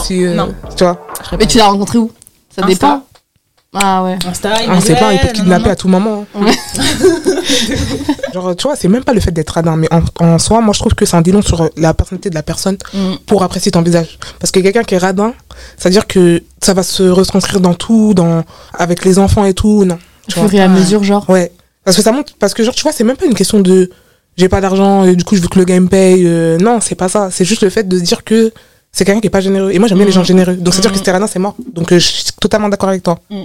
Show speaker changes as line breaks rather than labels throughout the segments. si. euh,
non.
Tu vois
Je serais
Mais
pas
tu l'as rencontré où Ça
Insta.
dépend. Ah ouais.
Insta,
Ah, c'est pas, il peut
Emmanuel, non,
kidnapper à tout moment. hein. Genre, tu vois, c'est même pas le fait d'être radin, mais en, en soi, moi, je trouve que ça en dit long sur euh, la personnalité de la personne
Mm.
pour apprécier ton visage. Parce que quelqu'un qui est radin, c'est-à-dire que ça va se retranscrire dans tout, dans, avec les enfants et tout, non.
Au
Tu vois.
fur et à
Ouais.
mesure, genre.
Ouais. Parce que ça montre, parce que genre, tu vois, c'est même pas une question de j'ai pas d'argent et du coup, je veux que le gars me paye. euh, non, c'est pas ça. C'est juste le fait de se dire que c'est quelqu'un qui est pas généreux. Et moi, j'aime bien les gens généreux. Donc, c'est-à-dire que c'était radin, c'est mort. Donc, euh, je suis totalement d'accord avec toi.
Mm.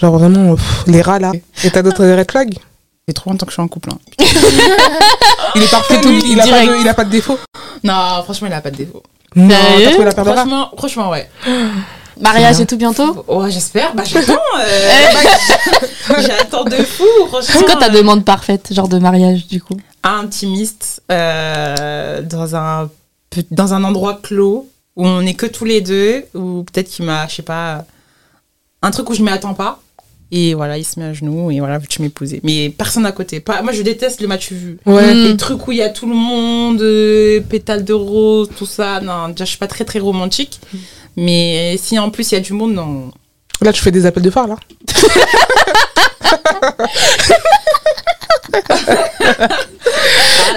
Genre, vraiment, pff, les rats là. Et t'as d'autres euh, red flags
fait trop longtemps que je suis en couple. hein.
Il est parfait,
Lui,
lui, il, a pas
direct.
de, il a pas de défaut.
Non, franchement, il a pas de défaut.
Non, t'as
Sérieux
trouvé la perle rare
Franchement, franchement, ouais.
Mariage et tout bientôt
Ouais, j'espère. Bah, j'attends. euh, bah, j'attends de fou, franchement.
C'est quoi ta demande parfaite, genre de mariage, du coup
un petit mist euh, dans un pe- dans un endroit clos où on est que tous les deux ou peut-être qu'il m'a je sais pas un truc où je m'y attends pas et voilà il se met à genoux et voilà veux-tu m'épouser mais personne à côté pas moi je déteste le match vu
Ouais.
Mm.
les trucs où il y a tout le monde euh, pétales de rose tout ça non déjà je suis pas très très romantique
Mm.
mais si en plus il y a du monde non
Là, tu fais des appels de phare, là.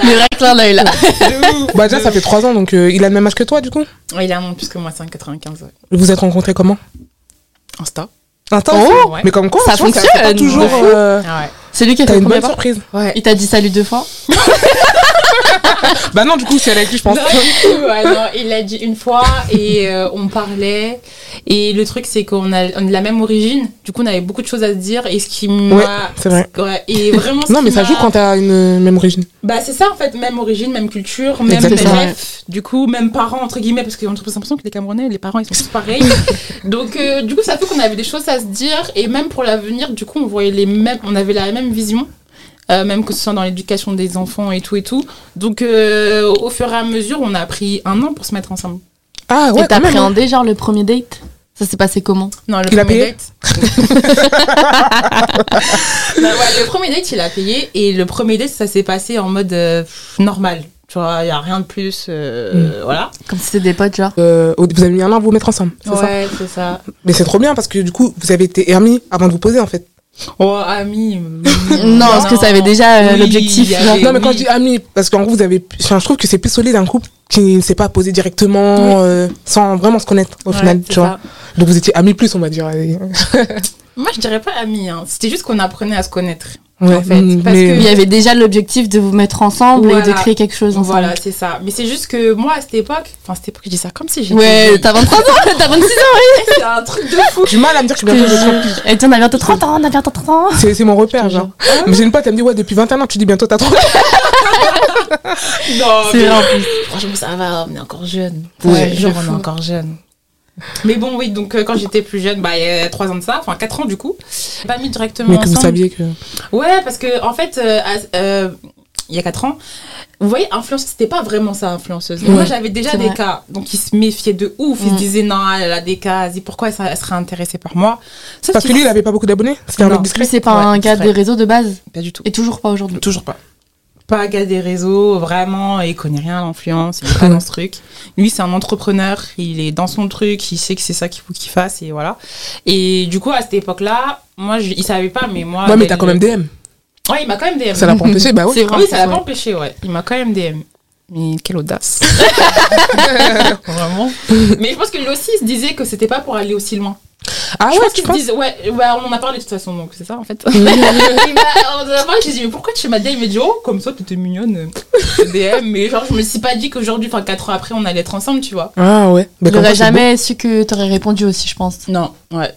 Le vrai clin d'œil, là.
Bah, déjà, ça fait 3 ans, donc euh, il a le même âge que toi, du coup.
Ouais, il a moins plus que moi c'est un 95 ouais.
Vous vous êtes rencontrés comment
Insta
Attends,
Oh Ouais.
mais comme quoi,
Ça
tu vois,
fonctionne.
fait pas toujours.
Ouais.
euh,
ah ouais
C'est lui qui a
T'as
fait le
une
premier
bonne
pas
surprise.
ouais
Il t'a dit salut deux fois
Bah non, du coup, si elle est avec lui, je pense.
Non, du tout, ouais, non, il l'a dit une fois et euh, on parlait. Et le truc, c'est qu'on a, on a de la même origine. Du coup, on avait beaucoup de choses à se dire. Et ce qui m'a.
Ouais, c'est vrai.
Ouais, et vraiment, ce
Non,
qui
mais ça
m'a-
joue quand t'as une euh, même origine.
Bah, c'est ça, en fait. Même origine, même culture, même
Exactement.
bref. Du coup, même parents, entre guillemets, parce qu'on a l'impression que les Camerounais, les parents, ils sont tous pareils. Donc, euh, du coup, ça fait qu'on avait des choses à se dire. Et même pour l'avenir, du coup, on voyait les mêmes. On avait la même vision. Euh, même que ce soit dans l'éducation des enfants et tout et tout. Donc, euh, au fur et à mesure, on a pris un an pour se mettre ensemble.
Ah ouais,
Et
quand
t'as
même. hein.
appréhendé, genre, le premier date Ça s'est passé comment
Non, le
Il a
premier
payé
date. Non, ouais, le premier date, il a payé. Et le premier date, ça s'est passé en mode euh, pff, normal. Tu vois, il n'y a rien de plus. euh,
Mm.
Voilà.
Comme si c'était des potes, genre.
Euh, vous avez mis un an à vous mettre ensemble, c'est ça
Ouais, c'est ça.
Mais c'est trop bien parce que du coup, vous avez été amis avant de vous poser en fait.
Oh, ami.
Non, parce que ça avait déjà euh,
Oui, il y
l'objectif. genre.
avait- Et
non, mais quand
oui.
je dis amis, parce qu'en gros, vous avez. enfin, je trouve que c'est plus solide un couple qui ne s'est pas posé directement, euh, sans vraiment se connaître au
Ouais,
final,
c'est
tu vois.
ça.
Donc vous étiez amis plus, on va dire. Allez.
Moi, je dirais pas ami. hein. C'était juste qu'on apprenait à se connaître.
Ouais,
En fait,
mm,
parce
mais-
Il y avait déjà l'objectif de vous mettre ensemble et de
Voilà.
créer quelque chose ensemble.
Voilà, c'est ça. Mais c'est juste que moi, à cette époque, enfin, cette époque, je dis ça comme si j'étais.
Ouais,
vieille.
t'as 23 ans, t'as 26 ans.
c'est un truc de fou.
Du mal à me dire que je suis bientôt de 30 piges.
Et tiens, on a bientôt 30 ans, on a bientôt 30 ans.
C'est c'est mon repère, genre. Mais j'ai une pote, elle me dit, ouais, depuis 21 ans, tu dis bientôt t'as 30 ans.
Non,
C'est
mais-
vrai en plus.
Franchement, ça va, on est encore jeune.
Ouais,
Ouais, genre,
de
on est
fou.
encore jeune. Mais bon, oui, donc euh, quand j'étais plus jeune, bah, il y a 3 ans de ça, enfin 4 ans du coup, j'ai pas mis directement
Mais que vous
ensemble.
saviez que.
Ouais, parce que en fait, euh, à- euh, il y a 4 ans, vous voyez, influenceuse, c'était pas vraiment ça, influenceuse. Moi,
Ouais,
j'avais déjà
c'est
des
vrai.
cas, donc ils se méfiaient de ouf, ils se
Mm.
disaient non, elle a des cas, vas-y, pourquoi elle, serait- elle serait intéressée par moi Sauf
Parce que
qu'il-
lui, il avait pas beaucoup d'abonnés. C'était un
Non.
mec
Lui,
discret.
c'est pas
Ouais,
un
c'est
gars
vrai.
des réseaux de base.
Pas du tout.
Et toujours pas aujourd'hui.
Toujours pas. Pas gars des réseaux, vraiment, il connaît rien à l'influence, il est pas dans ce truc. Lui, c'est un entrepreneur, il est dans son truc, il sait que c'est ça qu'il faut qu'il fasse, et voilà. Et du coup, à cette époque-là, moi, je, il savait pas, Ah, mais moi.
Ouais, mais
dès
t'as
le-
quand même DM.
Ouais, il m'a quand même DM.
Ça l'a pas empêché, bah ouais.
C'est vrai.
Oui, ça l'a
ouais.
pas empêché, ouais. Il m'a quand même DM. Mais quelle audace. Vraiment. Mais je pense que lui aussi, il se disait que c'était pas pour aller aussi loin.
Ah
je
ouais,
pense
tu
qu'il se
penses
disait, ouais, bah, on en a parlé de toute façon, donc c'est ça, en fait. Il m'a- on a parlé, j'ai dit, mais pourquoi tu m'as dit, il m'a dit, oh, comme ça, t'étais mignonne, euh, DM, mais genre, je me suis pas dit qu'aujourd'hui, enfin, 4 ans après, on allait être ensemble, tu vois.
Ah ouais. Bah,
Il
comme
aurait
quoi, c'est beau.
jamais su que t'aurais répondu aussi, je pense.
Non, ouais.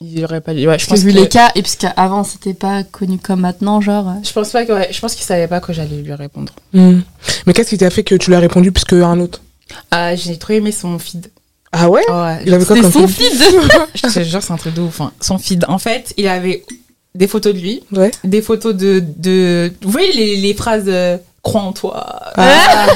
Il aurait pas dit, ouais, je pense
Parce que vu
que-
les cas, et puisqu'avant c'était pas connu comme maintenant, genre. euh,
Je pense pas que, ouais, je pense qu'il savait pas que j'allais lui répondre.
Hmm. Mais qu'est-ce qui t'a fait que tu l'as répondu plus qu'un autre
Ah, j'ai trop aimé son feed. Oh,
Ah ouais
Ouais,
Il avait quoi comme feed
je te jure, c'est un truc de ouf. hein. Son feed, en fait, il avait des photos de lui,
Ouais.
des photos de. de... Vous voyez les, les phrases euh, crois en toi,
Ah,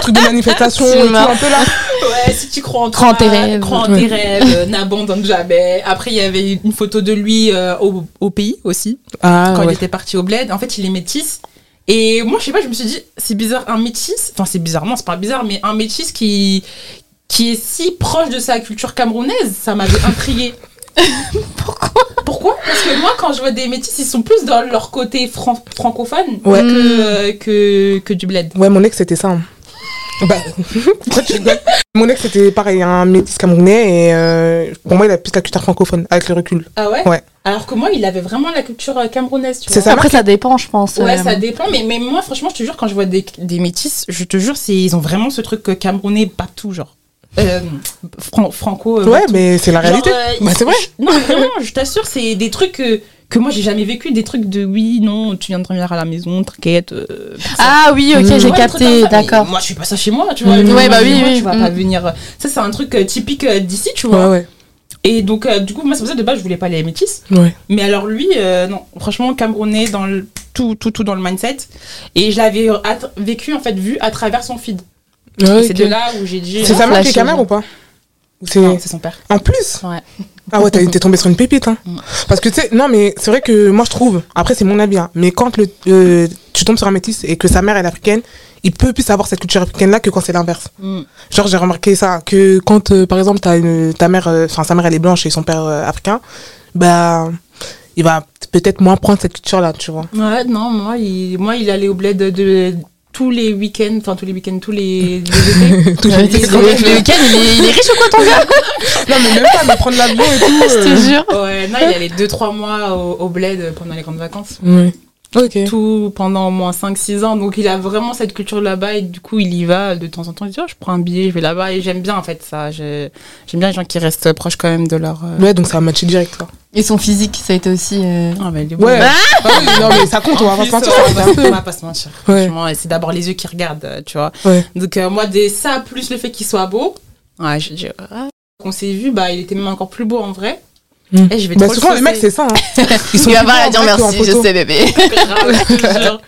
truc de manifestation
C'est
et tout,
marrant.
un peu là.
Ouais, si tu crois en
Crois en
toi,
tes rêves.
Crois en tes rêves, euh, n'abandonne jamais. Après, il y avait une photo de lui euh, au, au pays aussi,
Ah
quand il
ouais.
était parti au bled. En fait, il est métis. Et moi, je sais pas, je me suis dit, c'est bizarre, un métis. Enfin, c'est bizarre, non, c'est pas bizarre, mais un métis qui qui est si proche de sa culture camerounaise, ça m'avait intriguée. Pourquoi Pourquoi Parce que moi, quand je vois des métis, ils sont plus dans leur côté fran- francophone
Ouais.
que,
Mm.
que, que du bled.
Ouais, mon ex, c'était ça. hein. Bah, pourquoi tu rigoles Mon ex, c'était pareil, un métis camerounais, et euh, pour moi, il a plus la culture francophone, avec le recul.
Ah ouais,
Ouais.
Alors que moi, il avait vraiment la culture euh, camerounaise, tu
C'est
vois.
ça
Après, ça dépend, je pense.
Ouais,
euh,
ça dépend, mais, mais moi, franchement, je te jure, quand je vois des, des métis, je te jure, c'est- ils ont vraiment ce truc euh, camerounais partout, genre. Euh, fran- franco. euh,
Ouais,
bateau.
mais c'est la
Genre,
réalité.
euh,
Bah, c'est vrai.
je- Non, vraiment, je t'assure, c'est des trucs que, que moi j'ai jamais vécu, des trucs de oui, non, tu viens de revenir à la maison, t'inquiète. euh,
Ah oui,
Mm.
ok, j'ai
ouais, des trucs
capté,
comme ça. Mais
d'accord.
Moi je suis pas ça chez moi, tu vois.
Mm.
Moi,
Ouais, bah
chez
oui,
moi,
oui.
Tu vas pas
Mm.
venir. Ça, c'est un truc euh, typique euh, d'ici, tu vois.
Ouais, ouais.
Et donc, euh, du coup, moi, c'est pour ça de base, je voulais pas aller à métis.
Ouais.
Mais alors lui, euh, non, franchement, Camerounais, dans le, tout, tout, tout dans le mindset. Et je l'avais at- vécu, en fait, vu à travers son feed. Et
Ouais,
C'est
ok.
de là où j'ai dit.
C'est
Ah,
sa mère qui est
flashy.
camère ou pas Ou c'est-
Non, c'est son père.
En plus
Ouais.
Ah ouais, t'as- t'es tombé sur une pépite. Hein.
Mm.
Parce que tu sais, non, mais c'est vrai que moi je trouve, après c'est mon avis, hein, mais quand le, euh, tu tombes sur un métis et que sa mère elle est africaine, il peut plus avoir cette culture africaine là que quand c'est l'inverse.
Mm.
Genre j'ai remarqué ça, que quand euh, par exemple t'as une- ta mère, euh, enfin sa mère elle est blanche et son père euh, africain, bah il va peut-être moins prendre cette culture là, tu vois.
Ouais, non, moi, il, moi, il allait au bled de, de- tous les week-ends, enfin tous les week-ends, tous les, les étés.
Tout
Ouais,
le
les-
c'est- Le week-end, il est- il est riche ou quoi, ton gars
Non, mais même pas, mais prendre l'avion et tout.
Je te jure.
Ouais, non, il allait 2-3 mois au, au bled pendant les grandes vacances.
euh. Ouais. Ok.
Tout pendant au moins 5-6 ans. Donc il a vraiment cette culture là-bas et du coup il y va de temps en temps. Il dit oh, je prends un billet, je vais là-bas et j'aime bien en fait ça. Je- J'aime bien les gens qui restent proches quand même de leur. euh,
Ouais, donc ça a matché direct. Quoi.
Et son physique, ça a été aussi. euh,
Ah, mais il est beau.
Ouais. Ah oui, non, mais ça compte, on va pas se
Plus,
mentir.
euh, on va- on va pas se mentir.
Ouais.
Franchement, et c'est d'abord les yeux qui regardent, euh, tu vois.
Ouais.
Donc euh, moi, des, ça plus le fait qu'il soit beau, ouais, je dis, ah. Quand on s'est vu, bah, il était même encore plus beau en vrai.
Mm.
Et Eh, je vais
Bah,
trop le
souvent, les
saucer.
mecs, c'est ça. Hein. Ils
Il
sont
va
plus
pas
bons,
à dire
en fait, qu'en
merci, je
photo.
sais, bébé.
Grave, je te jure.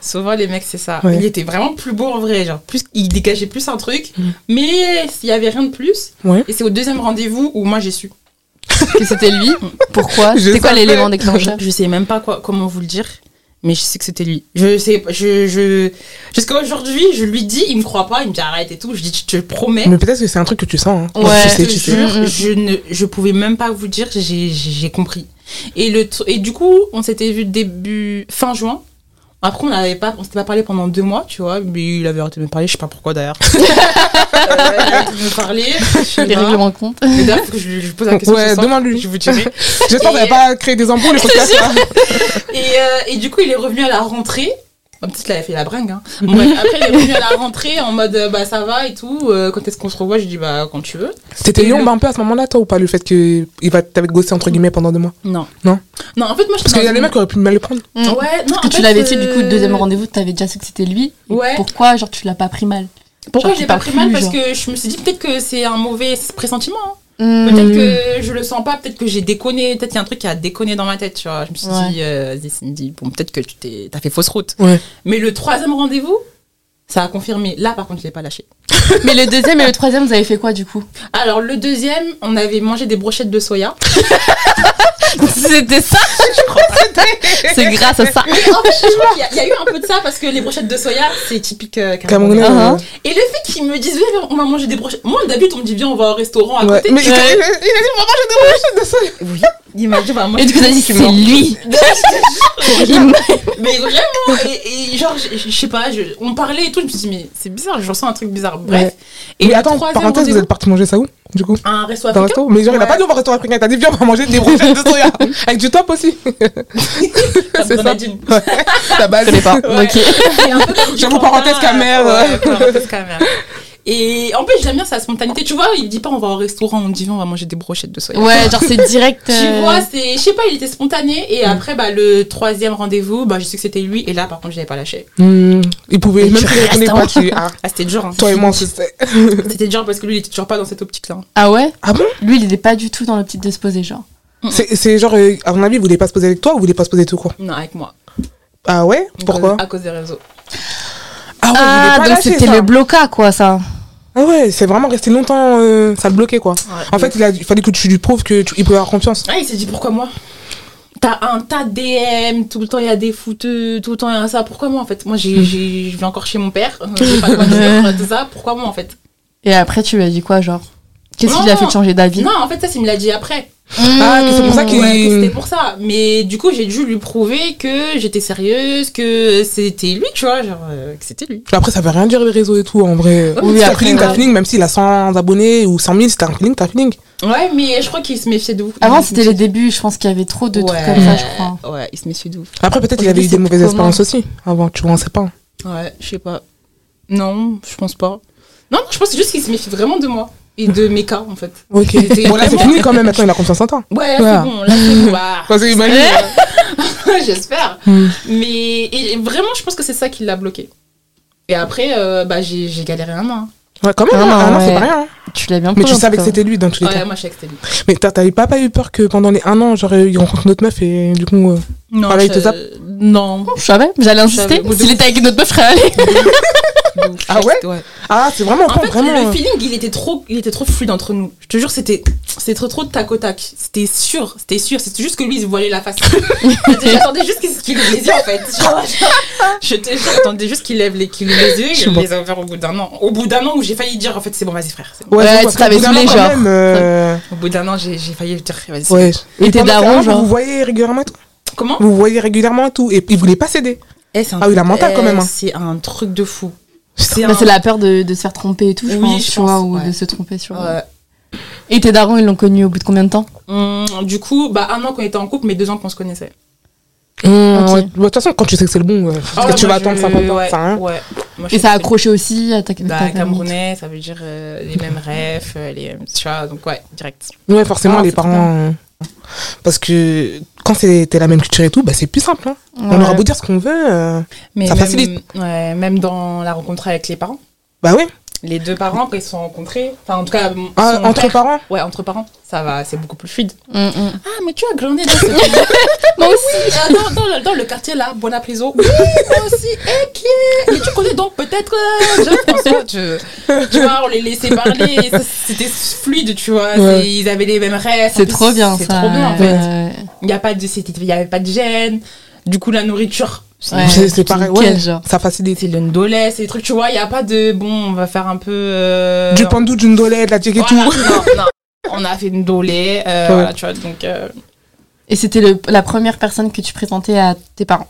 Souvent les mecs c'est ça.
Ouais.
Il était vraiment plus beau en vrai, genre plus il dégageait plus un truc,
Mm.
mais il y avait rien de plus.
Ouais.
Et c'est au deuxième rendez-vous où moi j'ai su.
Que c'était lui. Pourquoi
Je
C'était quoi
savais.
l'élément déclencheur
Je sais même pas quoi, comment vous le dire, mais je sais que c'était lui. Je sais, pas- je, je, jusqu'à aujourd'hui, je lui dis, il me croit pas, il me dit arrête et tout. Je dis, je te promets.
Mais peut-être que c'est un truc que tu sens. Hein.
Ouais.
Tu
Je
sais,
te
tu sais.
Euh, jure,
Mm, mm.
je ne, je pouvais même pas vous dire, j'ai, j'ai- j'ai compris. Et le, tr- et du coup, on s'était vu début, fin juin. Après, on n'avait pas, on s'était pas parlé pendant deux mois, tu vois, mais il avait arrêté de me parler, je sais pas pourquoi d'ailleurs. Euh, il a arrêté de me parler. je sais
Les
pas.
règlements de compte.
Mais d'ailleurs, faut que je, lui- je lui pose la question.
Ouais,
ce soir,
demande-lui.
Je vous dirai.
J'espère que
Et-
vous pas créé des embrouilles, le podcast. là.
Et, euh, et du coup, il est revenu à la rentrée. Bah, Peut-être qu'il avait fait la bringue. Hein. Bon, bref, après, il est revenu à la rentrée en mode euh, bah ça va et tout. euh, quand est-ce qu'on se revoit J'ai dit bah quand tu veux.
C'était
Et le-
yombe un peu à ce moment-là, toi, ou pas, le fait que il va t'avais gossé entre guillemets pendant deux mois
Non.
Non.
Non, en fait, moi je
Parce qu'il y a les mecs qui auraient pu mal le prendre.
Ouais,
Mm.
non.
Parce que
en
tu
fait,
l'avais, tu sais, du coup,
euh,
deuxième rendez-vous, t'avais déjà su que c'était lui.
Ouais.
Pourquoi, genre, tu l'as pas pris mal
Pourquoi
Genre,
je l'ai
t'es
pas
pas
pris mal
fou,
Parce
genre.
que je me suis dit peut-être que c'est un mauvais pressentiment. hein.
Mm.
Hmm.
Peut-être que je le sens pas, peut-être que j'ai déconné, peut-être qu'il y a un truc qui a déconné dans ma tête, tu vois. Je me suis
Ouais.
dit, euh, vas-y, Cindy, bon, peut-être que tu t'es, t'as fait fausse route.
Ouais.
Mais le troisième rendez-vous, ça a confirmé. Là, par contre, je l'ai pas lâché.
Mais le deuxième et le troisième, vous avez fait quoi, du coup
Alors, le deuxième, on avait mangé des brochettes de soya.
C'était ça C'est grâce à ça.
Mais en fait, je crois qu'il y a- il y, a eu un peu de ça parce que les brochettes de soya, c'est typique euh,
Camerounais.
camerounais.
Ah,
euh,
Et le fait qu'ils me disent, oui, on va manger des brochettes. Moi, d'habitude, on me dit, viens, on va au restaurant à
ouais.
côté.
Mais il,
Ouais.
il a dit, maman, j'ai des brochettes de soya.
Oui, il m'a dit, bah, moi,
Et du coup, t'as dit, c'est lui. Il m'a-
Mais vraiment, et, et genre, je je sais pas, je- on parlait et tout, je me suis dit, mais c'est bizarre, je ressens un truc bizarre. Bref. Et
Mais
le
attends,
troisième
parenthèse, vous
rendez-vous,
êtes partis manger ça où Du coup
un resto
Dans le
africain.
resto Mais genre, il a
Ouais.
pas dit on va au restaurant africain, il t'a dit viens, on va manger des brochettes de soya. Avec du top aussi.
comme
c'est ça.
Grenadine.
La base.
connais pas.
Ouais.
Ok.
Et un peu comme du
J'avoue,
Corentin,
parenthèse
euh,
camère,
ouais,
ouais.
parenthèse camère. Et en plus, j'aime bien sa spontanéité. Tu vois, il dit pas on va au restaurant, on dit viens, on va manger des brochettes de soya.
Ouais, genre, c'est direct.
Tu
euh,
vois, c'est, je sais pas, il était spontané.
Mm.
Et après, bah, le troisième rendez-vous, bah, je sais que c'était lui. Et là, par contre, je l'avais pas lâché.
Hum, Il pouvait,
Et
même
tu
si il
restes,
connaît
hein.
pas, tu. Ah,
Ah, c'était dur. hein.
toi et moi, on se sait.
C'était dur parce que lui, il était toujours pas dans cette optique-là. hein.
Ah ouais
Ah bon
Lui, il était pas du tout dans l'optique de se poser, genre.
C'est c'est genre, euh, à mon avis, vous voulez pas se poser avec toi ou vous voulez pas se poser tout court
Non, avec moi.
Ah ouais
Euh,
Pourquoi
À cause des réseaux.
Ah ouais, il voulait pas lâcher, ça.
bloca, quoi, ça.
Ah ouais, c'est vraiment resté longtemps, euh, ça le bloquait quoi. En fait, il, a, il fallait que tu lui prouves qu'il pouvait avoir confiance.
Ah, il s'est dit pourquoi moi T'as un tas de DM, tout le temps il y a des fouteux, tout le temps il y a
Hmm.
ça. Pourquoi moi en fait Moi j'ai, j'ai- je vais encore chez mon père, euh, j'ai pas de voiture, tout ça. Pourquoi moi en fait
Et après, tu lui as dit quoi, genre Qu'est-ce qui
Non,
t'a
non.
fait changer d'avis
Non, en fait, ça, c'est il me l'a dit après.
Ah, que c'est pour ça
Mmh.
qu'il-
Ouais, que c'était pour ça. Mais du coup, j'ai dû lui prouver que j'étais sérieuse, que c'était lui, tu vois, genre, euh, que c'était lui.
Après, ça veut rien dire les réseaux et tout, en vrai.
Ouais,
mais
si t'as
après,
feeling, t'as
ouais.
feeling, même s'il a 100 abonnés ou 100 000, si t'as un feeling, t'as feeling.
Ouais, mais je crois qu'il se méfiait de ouf.
Avant, c'était les débuts, je pense qu'il y avait trop de trucs
Ouais.
comme ça, je crois.
Ouais, il se méfiait de ouf.
Après, peut-être il avait eu des
Aujourd'hui, c'est
mauvaises
comment
expériences aussi, avant, tu vois, on sait pas. hein.
Ouais, je sais pas. Non, je pense pas. Non, non, je pense juste qu'il se méfie vraiment de moi et de mes cas en fait.
Ok.
C'était
Bon, là, c'est
vraiment-
fini quand même, maintenant, il a confiance en toi.
Ouais, là,
Voilà.
c'est bon, là c'est bon. Bah,
Parce que imagine,
J'espère.
Hmm.
Mais et vraiment, je pense que c'est ça qui l'a bloqué. Et après, euh, bah, j'ai j'ai galéré un an. hein.
Ouais, quand même,
Ah,
un an,
ouais.
c'est pas rien. hein.
Tu l'as bien
Mais
pris, euh.
tu
en tout
savais que
cas.
c'était lui dans tous les
Ouais,
cas.
moi, je sais que c'était lui.
Mais t'as- t'avais pas, pas eu peur que pendant les un an, genre, euh, il rencontre notre meuf et du coup. euh,
Non,
Pareil, je- te tape
Non.
Je savais, j'allais
savais.
insister. S'il était avec une autre meuf, je serais allée.
Ah ouais Ah, c'est vraiment,
En
encore
fait,
vraiment.
le feeling, il était trop, il était trop fluide entre nous. Je te jure, c'était, c'était trop, trop de tac au tac. C'était sûr, c'était sûr. C'était juste que lui, il se voilait la face. j'attendais juste qu'il, qu'il lève les yeux, en fait. Genre, genre, je te jure, j'attendais juste qu'il lève les, qu'il lève les yeux.
Je
Il
suis
les a ouverts au bout d'un an. Au bout d'un an où j'ai failli dire, en fait, c'est bon, vas-y, frère. c'est bon.
Ouais,
Ouais,
je vois,
tu
parce
t'avais
qu'au bout d'un
saoulé,
an, quand
genre.
même, euh,
Au bout d'un an, j'ai, j'ai failli dire, vas-y. c'est
Ouais.
bon.
Et tes
pendant ces
darons,
un an,
genre.
Vous voyez régulièrement et tout
Comment
Vous voyez régulièrement et tout. Et il voulait pas céder.
un,
Ah oui, la mentale, quand même, hein.
C'est un truc de fou.
Bah, C'est la peur de, de se faire tromper et tout, je
Oui,
pense,
je
tu vois,
pense,
ou
ouais.
de se tromper sur.
Ouais.
Et tes darons, ils l'ont connu au bout de combien de temps
Hum, du coup, bah, un an qu'on était en couple, mais deux ans qu'on se connaissait.
Hum,
Ok.
ouais. Bah, De toute façon, quand tu sais que c'est le bon, euh,
Ah
que
ouais,
tu vas
moi,
attendre
je-
50 ans,
ouais,
ça, hein.
ouais. Moi, je
Et ça a
sais que-
accroché aussi à ta, ta
Bah,
famille.
camerounais, ça veut dire euh, les mêmes rêves, euh, les mêmes. Tu vois, donc ouais, direct.
Ouais, forcément,
Ah,
les
c'est trop
parents. euh, Parce que quand c'est t'es la même culture et tout, bah, c'est plus simple. hein. On
Ouais.
aura beau dire ce qu'on veut. euh,
Mais
Ça
même,
facilite.
ouais, même dans la rencontre avec les parents.
Bah oui,
Les deux parents, quand ils se sont rencontrés, enfin en tout cas, mon-
Ah,
son
entre
père-
parents.
Ouais, entre parents, ça va, c'est beaucoup plus fluide.
Mm, mm.
Ah, mais tu as grandi dans ce
Moi aussi.
Ah, dans, dans le, dans le quartier là, Bonapriso. Oui, moi aussi. Eh, Et qui est Mais tu connais donc peut-être euh, Jean-François. Tu, tu vois, on les laissait parler. et ça, C'était fluide, tu vois.
Ouais.
c'est- Ils avaient les mêmes rêves. En
C'est
plus,
trop bien ça.
C'est trop bien en
ouais,
fait.
ouais.
Il n'y a pas de, c'était- il y avait pas de gêne. Du coup, la nourriture. c'est-
Ouais.
c'est c'est pareil. ouais.
Nickel, genre.
Ça facilite.
C'est le ndolé, c'est des trucs, tu vois, il n'y a pas de, bon, on va faire un peu... euh,
Du pandou, du ndolé, de la tique et
voilà,
tout.
non, non. On a fait ndolé, euh,
Ouais.
voilà, tu vois, donc... euh,
Et c'était le- la première personne que tu présentais à tes parents.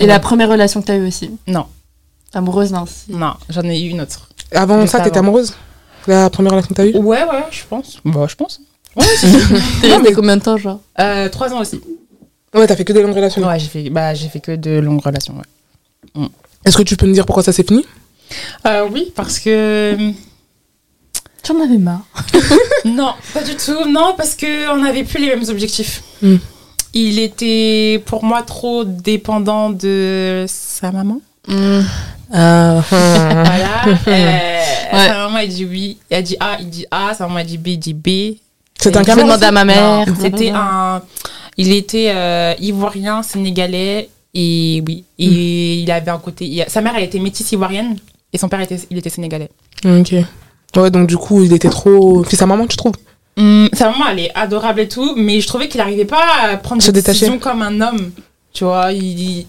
Et
Ouais.
la première relation que tu as eue aussi.
Non.
Amoureuse, non. si.
non, j'en ai eu une autre.
Avant
Juste
ça, t'étais
avant.
amoureuse La première relation que t'as eue
Ouais, ouais, je pense. Bah, je pense.
T'es resté combien de temps, genre
Euh, trois ans aussi. Oh.
Ouais, t'as fait que des longues relations.
Ouais, j'ai fait, bah, j'ai fait que de longues relations, ouais.
Est-ce que tu peux me dire pourquoi ça s'est fini
Euh, oui, parce que...
J'en avais marre.
Non, pas du tout. Non, parce qu'on n'avait plus les mêmes objectifs.
Hmm.
Il était pour moi trop dépendant de sa maman. Mm.
Euh.
Voilà. euh, Sa maman, elle dit oui. Elle dit A, il dit A. Sa maman, elle dit B, il dit B.
C'est un
Je
Camerounais
demandais à ma mère.
Non, C'était un. Il était euh, ivoirien, sénégalais. Et oui, et
Hmm.
il avait un côté. il- sa mère, elle était métisse ivoirienne. Et son père, était, il était sénégalais.
Ok. Ouais, donc du coup, il était trop. Fils à maman, tu trouves Hmm.
Hum, sa maman, elle est adorable et tout, mais je trouvais qu'il n'arrivait pas à prendre
Se
des
détacher.
décisions comme un homme. Tu vois, il. il-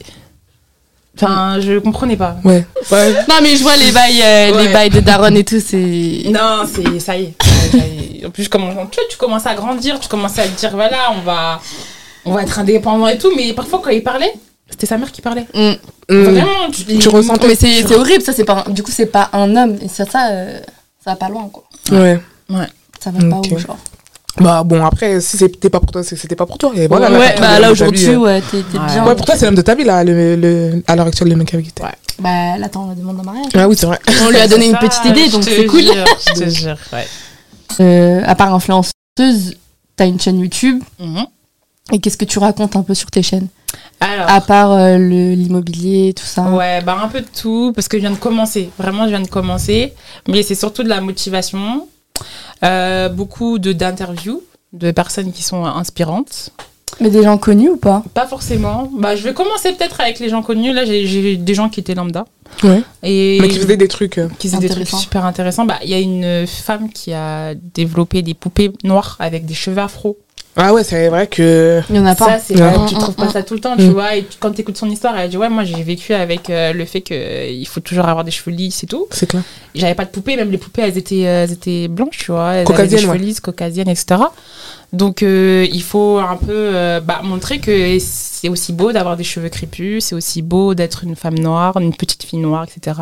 Enfin, je comprenais pas.
Ouais. Ouais.
Non, mais je vois les bails, euh,
Ouais.
les bails de Daron et tout, c'est.
Non, c'est ça y est. Ça y est. En plus, je commence, tu, vois, tu commences à grandir, tu commences à te dire voilà, on va, on va être indépendant et tout, mais parfois quand il parlait, c'était sa mère qui parlait.
Mm.
Mmh.
Vraiment, tu,
Tu ressens
Mais c'est c'est horrible, ça, c'est pas. un- Du coup, c'est pas un homme. Et ça, ça, euh, ça va pas loin, quoi.
Ouais.
Ça va pas
Ok.
haut, genre.
Bah bon, après, si c'était pas pour toi, c'est que c'était pas pour toi. Et voilà,
ouais,
là, t'as
bah
trouvé
là
l'homme de ta vie,
aujourd'hui,
euh.
ouais, t'es t'es
Ouais.
bien.
Ouais, pour toi, c'est l'homme de ta vie, là, le, le- à l'heure actuelle, le mec avec qui t'es.
Bah là, attends, on la demande en mariage.
Ah oui, c'est vrai.
On lui a donné une petite idée, donc c'est cool.
Je te jure, ouais.
Euh, à part influenceuse, t'as une chaîne YouTube.
Mhm.
Et qu'est-ce que tu racontes un peu sur tes chaînes
Alors,
À part euh, le- l'immobilier, tout ça.
Ouais, bah un peu de tout, parce que je viens de commencer. Vraiment, je viens de commencer. Mais c'est surtout de la motivation. Euh, beaucoup de d'interviews de personnes qui sont inspirantes.
Mais des gens connus ou pas
Pas forcément. Bah, je vais commencer peut-être avec les gens connus. Là, j'ai- j'ai des gens qui étaient lambda.
Ouais.
Et
Mais qui faisait des trucs. euh,
qui faisaient des trucs
Intéressant.
super intéressants. Bah, Il y a une femme qui a développé des poupées noires avec des cheveux afro.
Ah ouais, c'est vrai que.
Il y en a
Ça,
pas.
c'est
Ouais.
vrai,
Mm,
tu
mm,
trouves pas
mm.
ça tout le temps, tu
Mm.
vois. Et tu- quand t'écoutes son histoire, elle dit Ouais, moi j'ai vécu avec euh, le fait qu'il faut toujours avoir des cheveux lisses et tout.
C'est clair.
Et J'avais pas de poupée, même les poupées, elles étaient, euh, elles étaient blanches, tu vois. Elles avaient des
Caucasiennes,
cheveux
ouais.
lisses, caucasiennes, etc. Donc euh, il faut un peu euh, bah, montrer que c'est aussi beau d'avoir des cheveux crépus, c'est aussi beau d'être une femme noire, une petite fille noire, etc.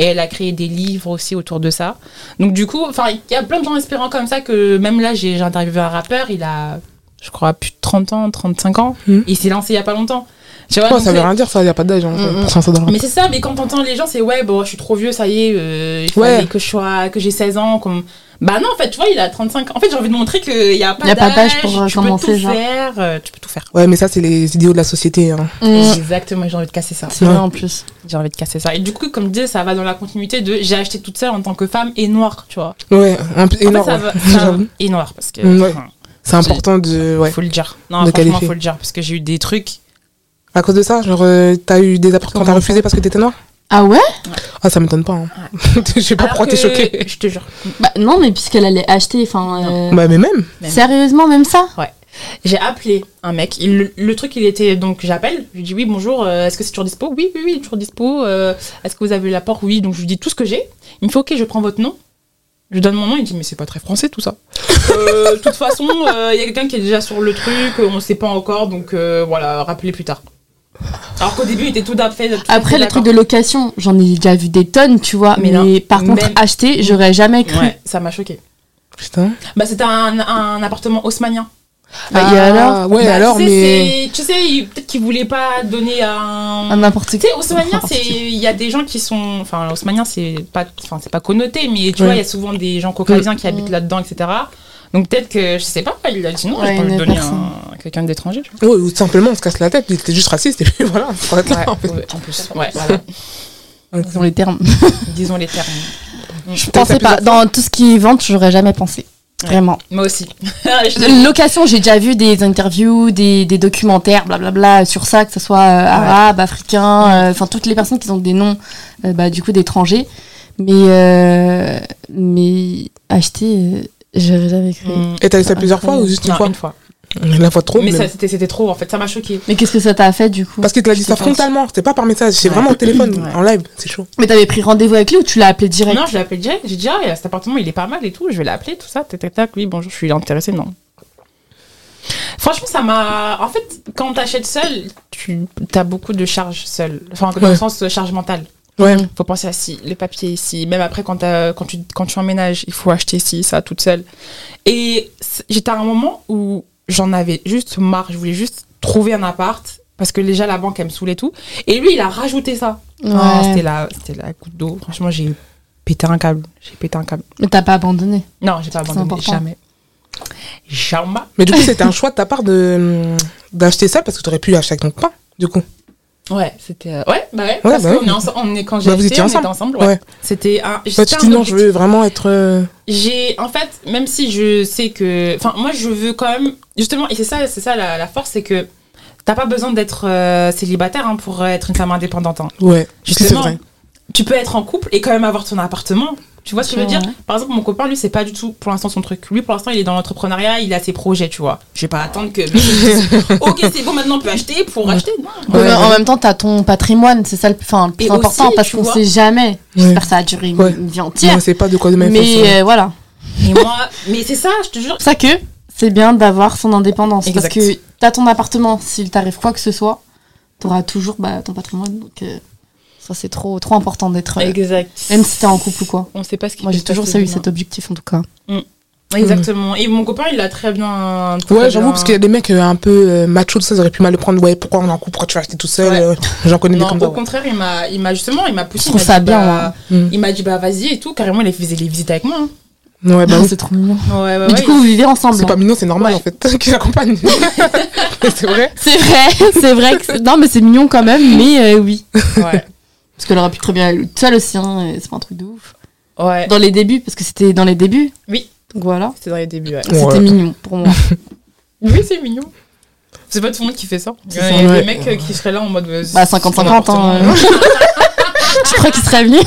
Et elle a créé des livres aussi autour de ça. Donc du coup, enfin, il y a plein de gens espérants comme ça que même là, j'ai j'ai interviewé un rappeur, il a, je crois, plus de 30 ans, 35 ans.
Mhm.
Il s'est lancé il y a pas longtemps. Tu
Ouais,
vois, donc
Oh,
euh,
ça veut
c'est-
rien dire, ça, y a pas d'âge hein,
Mm,
pour ça, ça doit-
mais c'est ça, mais quand t'entends les gens, c'est ouais, bon, je suis trop vieux, ça y est, euh, il
Ouais.
fallait que je sois, que j'ai 16 ans, qu'on- Bah non, en fait, tu vois, il a 35 En fait, j'ai envie de montrer qu'il n'y a pas
Il y a pas
d'âge
d'âge pour, euh,
tu peux
commencer,
tout
genre.
faire, euh, tu peux tout faire.
Ouais, mais ça, c'est les idéaux de la société. hein.
Mm.
Exactement, j'ai envie de casser ça.
C'est vrai en plus.
J'ai envie de casser ça. Et du coup, comme je disais, ça va dans la continuité de j'ai acheté toute seule en tant que femme et noire, tu vois.
Ouais, un peu
En fait,
énorme.
ça
ouais.
va- ça-
J'avoue.
et noire, parce que.
Mm, ouais.
enfin,
C'est important de. Ouais.
Faut le dire. Non,
De
franchement,
qualifier.
faut le dire, parce que j'ai eu des trucs.
À cause de ça, genre, euh, t'as eu des apports quand t'as refusé parce que t'étais noire
Ah ouais
Ah, ça m'étonne pas. hein. Je sais pas
Alors
pourquoi t'es
que-
choquée.
Je te jure.
Bah non, mais puisqu'elle allait acheter, enfin. euh,
Bah, mais même.
Même.
Sérieusement, même ça
J'ai appelé un mec. Il- le, le truc, il était donc j'appelle. Je lui dis oui, bonjour. euh, Est-ce que c'est toujours dispo Oui, oui, oui, toujours dispo. euh, Est-ce que vous avez eu l'apport Oui. Donc je lui dis tout ce que j'ai. Il me fait ok, je prends votre nom. Je lui donne mon nom. Il me dit mais c'est pas très français tout ça. Euh, De toute façon, euh, il y a quelqu'un qui est déjà sur le truc. On ne sait pas encore. Donc euh, voilà, rappelez plus tard. Alors qu'au début, il était tout d'après.
Après, le truc de location, j'en ai déjà vu des tonnes, tu vois.
Mais
Mais,
non.
par contre,
Même-
acheter, j'aurais jamais cru.
Ouais, ça m'a choqué.
Putain.
Bah c'était un, un appartement haussmanien.
Bah, et alors
Ouais,
Bah,
alors,
tu sais,
mais.
c'est- Tu sais, il- peut-être qu'il voulait pas donner
À n'importe
Tu
qui.
sais, haussmanien, c'est il y a des gens qui sont, enfin, haussmanien, c'est pas, enfin, c'est pas connoté, mais tu
Ouais.
vois, il y a souvent des gens caucasiens qui habitent là-dedans, etc. Donc peut-être que, je sais pas, il a dit non,
Ouais,
je peux
une
le donner
personne.
à quelqu'un d'étranger. tu
Ouais, ou simplement, on se casse la tête, il était juste raciste, et puis voilà. faut être
vois.
là, en fait.
Ouais, en plus, ouais, voilà.
Disons les termes.
disons les termes.
Je pensais pas. Dans tout ce qui est vente, j'aurais jamais pensé.
Ouais.
Vraiment.
Moi aussi. Je-
Location, j'ai déjà vu des interviews, des, des documentaires, blablabla, sur ça, que ce soit euh, arabe, africain, euh, enfin toutes les personnes qui ont des noms, euh, bah, du coup, d'étrangers. Mais, euh, mais acheter, euh, j'aurais jamais cru.
Mm.
Et t'as eu ça plusieurs fois ou juste une
Non,
fois
une fois.
La fois trop,
mais
mais-
ça, c'était c'était trop, en fait, ça m'a choqué.
Mais qu'est-ce que ça t'a fait, du coup
Parce qu'il te l'a dit
Je
ça
sais pas.
frontalement, c'était pas par message, c'est
Ouais.
vraiment au téléphone,
Ouais.
en live, c'est chaud.
Mais t'avais pris rendez-vous avec lui ou tu l'as appelé direct
Non, je l'ai appelé direct, j'ai dit, ah, cet appartement, il est pas mal et tout, je vais l'appeler, tout ça, tac, tac, tac, oui, bonjour, je suis intéressée, non. Franchement, ça m'a. En fait, quand t'achètes seul, tu as beaucoup de charges seul. Enfin, dans
Ouais.
le sens euh, charge mentale.
Ouais.
Faut penser à si, le papier ici. Même après, quand, t'as- quand, tu, quand tu emménages, il faut acheter ici, ça, toute seule. Et c'est- j'étais à un moment où j'en avais juste marre. Je voulais juste trouver un appart. Parce que déjà, la banque, elle me saoulait tout. Et lui, il a rajouté ça.
Ouais.
Ah, c'était la, c'était la goutte d'eau. Franchement, j'ai pété un câble. J'ai pété un câble.
Mais t'as pas abandonné.
Non, j'ai pas
C'est
abandonné.
important.
Jamais. Jamais.
Mais du coup, c'était un choix de ta part de mm, d'acheter ça parce que t'aurais pu acheter avec ton copain, du coup.
Ouais, c'était. euh, Ouais, bah ouais.
bah
parce
ouais.
qu'on est ense- on est quand j'ai
Bah, vous
acheté,
étiez
on
ensemble.
était ensemble. Ouais. Bah,
Ouais.
C'était un.
Toi,
c'était
tu
un
te dis non, je
objectif.
veux vraiment être. euh,
J'ai, en fait, même si je sais que, enfin, moi, je veux quand même, justement, et c'est ça, c'est ça la, la force, c'est que t'as pas besoin d'être euh, célibataire hein, pour être une femme indépendante. hein.
Ouais, parce que c'est
Justement,
vrai.
tu peux être en couple et quand même avoir ton appartement. Tu vois ce que je veux
Ouais.
dire Par exemple, mon copain, lui, c'est pas du tout pour l'instant son truc. Lui, pour l'instant, il est dans l'entrepreneuriat, il a ses projets, tu vois. Je vais pas attendre que. ok, c'est bon, maintenant on peut acheter pour acheter. Non.
Ouais,
Mais En
ouais.
même temps, t'as ton patrimoine, c'est ça le plus, enfin, le plus
Et
important
aussi,
parce
tu
qu'on
vois.
sait jamais. J'espère
Ouais.
que ça a duré une,
Ouais.
une vie
Non,
entière.
c'est pas de quoi de même façon.
mais euh, voilà.
Et moi, mais c'est ça, je te jure.
pour ça que c'est bien d'avoir son indépendance.
Exact.
Parce que t'as ton appartement, s'il t'arrive quoi que ce soit, t'auras toujours bah, ton patrimoine. Donc euh, ça, c'est trop, trop important d'être. euh,
Exact.
même si t'es en couple ou quoi.
On sait pas ce qui
Moi,
peut
j'ai
se
toujours
passer
eu
demain.
cet objectif en tout cas.
Exactement. Et mon copain, il l'a très bien. très
Ouais, j'avoue,
bien-
parce qu'il y a des mecs euh, un peu euh, machos, ça, ils auraient pu mal le prendre. Ouais, pourquoi on est en couple, pourquoi tu vas acheter tout seul
Ouais.
euh, J'en connais des
Non,
comme
au
ça. ouais.
contraire, il m'a, il m'a justement, il m'a poussé.
Je
il
trouve
m'a
ça
dit,
bien,
bah,
Mm.
Il m'a dit, bah vas-y et tout. Carrément, il a fait les visites avec moi. hein.
Ouais, bah oui.
c'est trop mignon.
Ouais, ouais,
Ah, Mais
ouais.
du coup, vous vivez ensemble.
C'est pas
hein.
mignon, c'est normal en fait, qu'ils accompagnent. Mais c'est vrai.
C'est vrai, c'est vrai. Que c'est- non, mais c'est mignon quand même. Mais euh, oui.
Ouais.
Parce qu'elle aurait pu très bien aller toute seule aussi. hein, et c'est pas un truc de ouf.
ouais.
Dans les débuts, parce que c'était dans les débuts.
Oui.
Donc voilà.
C'était dans les débuts, ouais.
Ouais.
C'était mignon pour moi.
Oui, c'est mignon. C'est pas tout le monde qui fait ça. Il y a
ça, ouais.
des mecs euh, qui seraient là en mode. euh,
Bah
c'est
50-50.
ton
Hein,
appartement.
euh. tu crois qu'il serait venu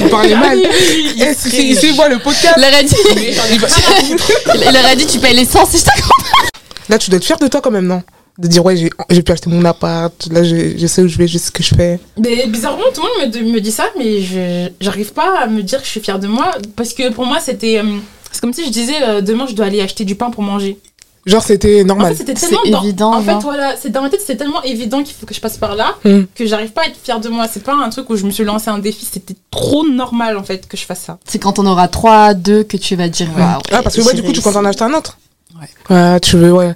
On parlait mal.
Ah oui, oui, oui.
Eh, si- si moi le podcast.
Il leur a dit,
Mais j'en ai pas
il leur a dit tu payes l'essence et je t'accorde.
Là, tu dois être fier de toi quand même, non De dire, ouais, j'ai j'ai pu acheter mon appart, là, je, je sais où je vais, je sais ce que je fais.
Mais bizarrement, tout le monde me, me dit ça, mais je j'arrive pas à me dire que je suis fière de moi. Parce que pour moi, c'était. euh, C'est comme si je disais euh, demain, je dois aller acheter du pain pour manger.
Genre, c'était
En
normal.
fait, c'était
C'est
tellement. dans-
évident,
En fait,
non
voilà, c'est dans ma tête, c'est tellement évident qu'il faut que je passe par là
Hmm.
que j'arrive pas à être fière de moi. C'est pas un truc où je me suis lancé un défi. C'était trop normal, en fait, que je fasse ça.
C'est quand on aura 3, 2 que tu vas dire waouh.
ah, parce que ouais,
j'ai
du coup, tu
réussi.
comptes en acheter un autre
Ouais.
Ouais, tu veux, ouais.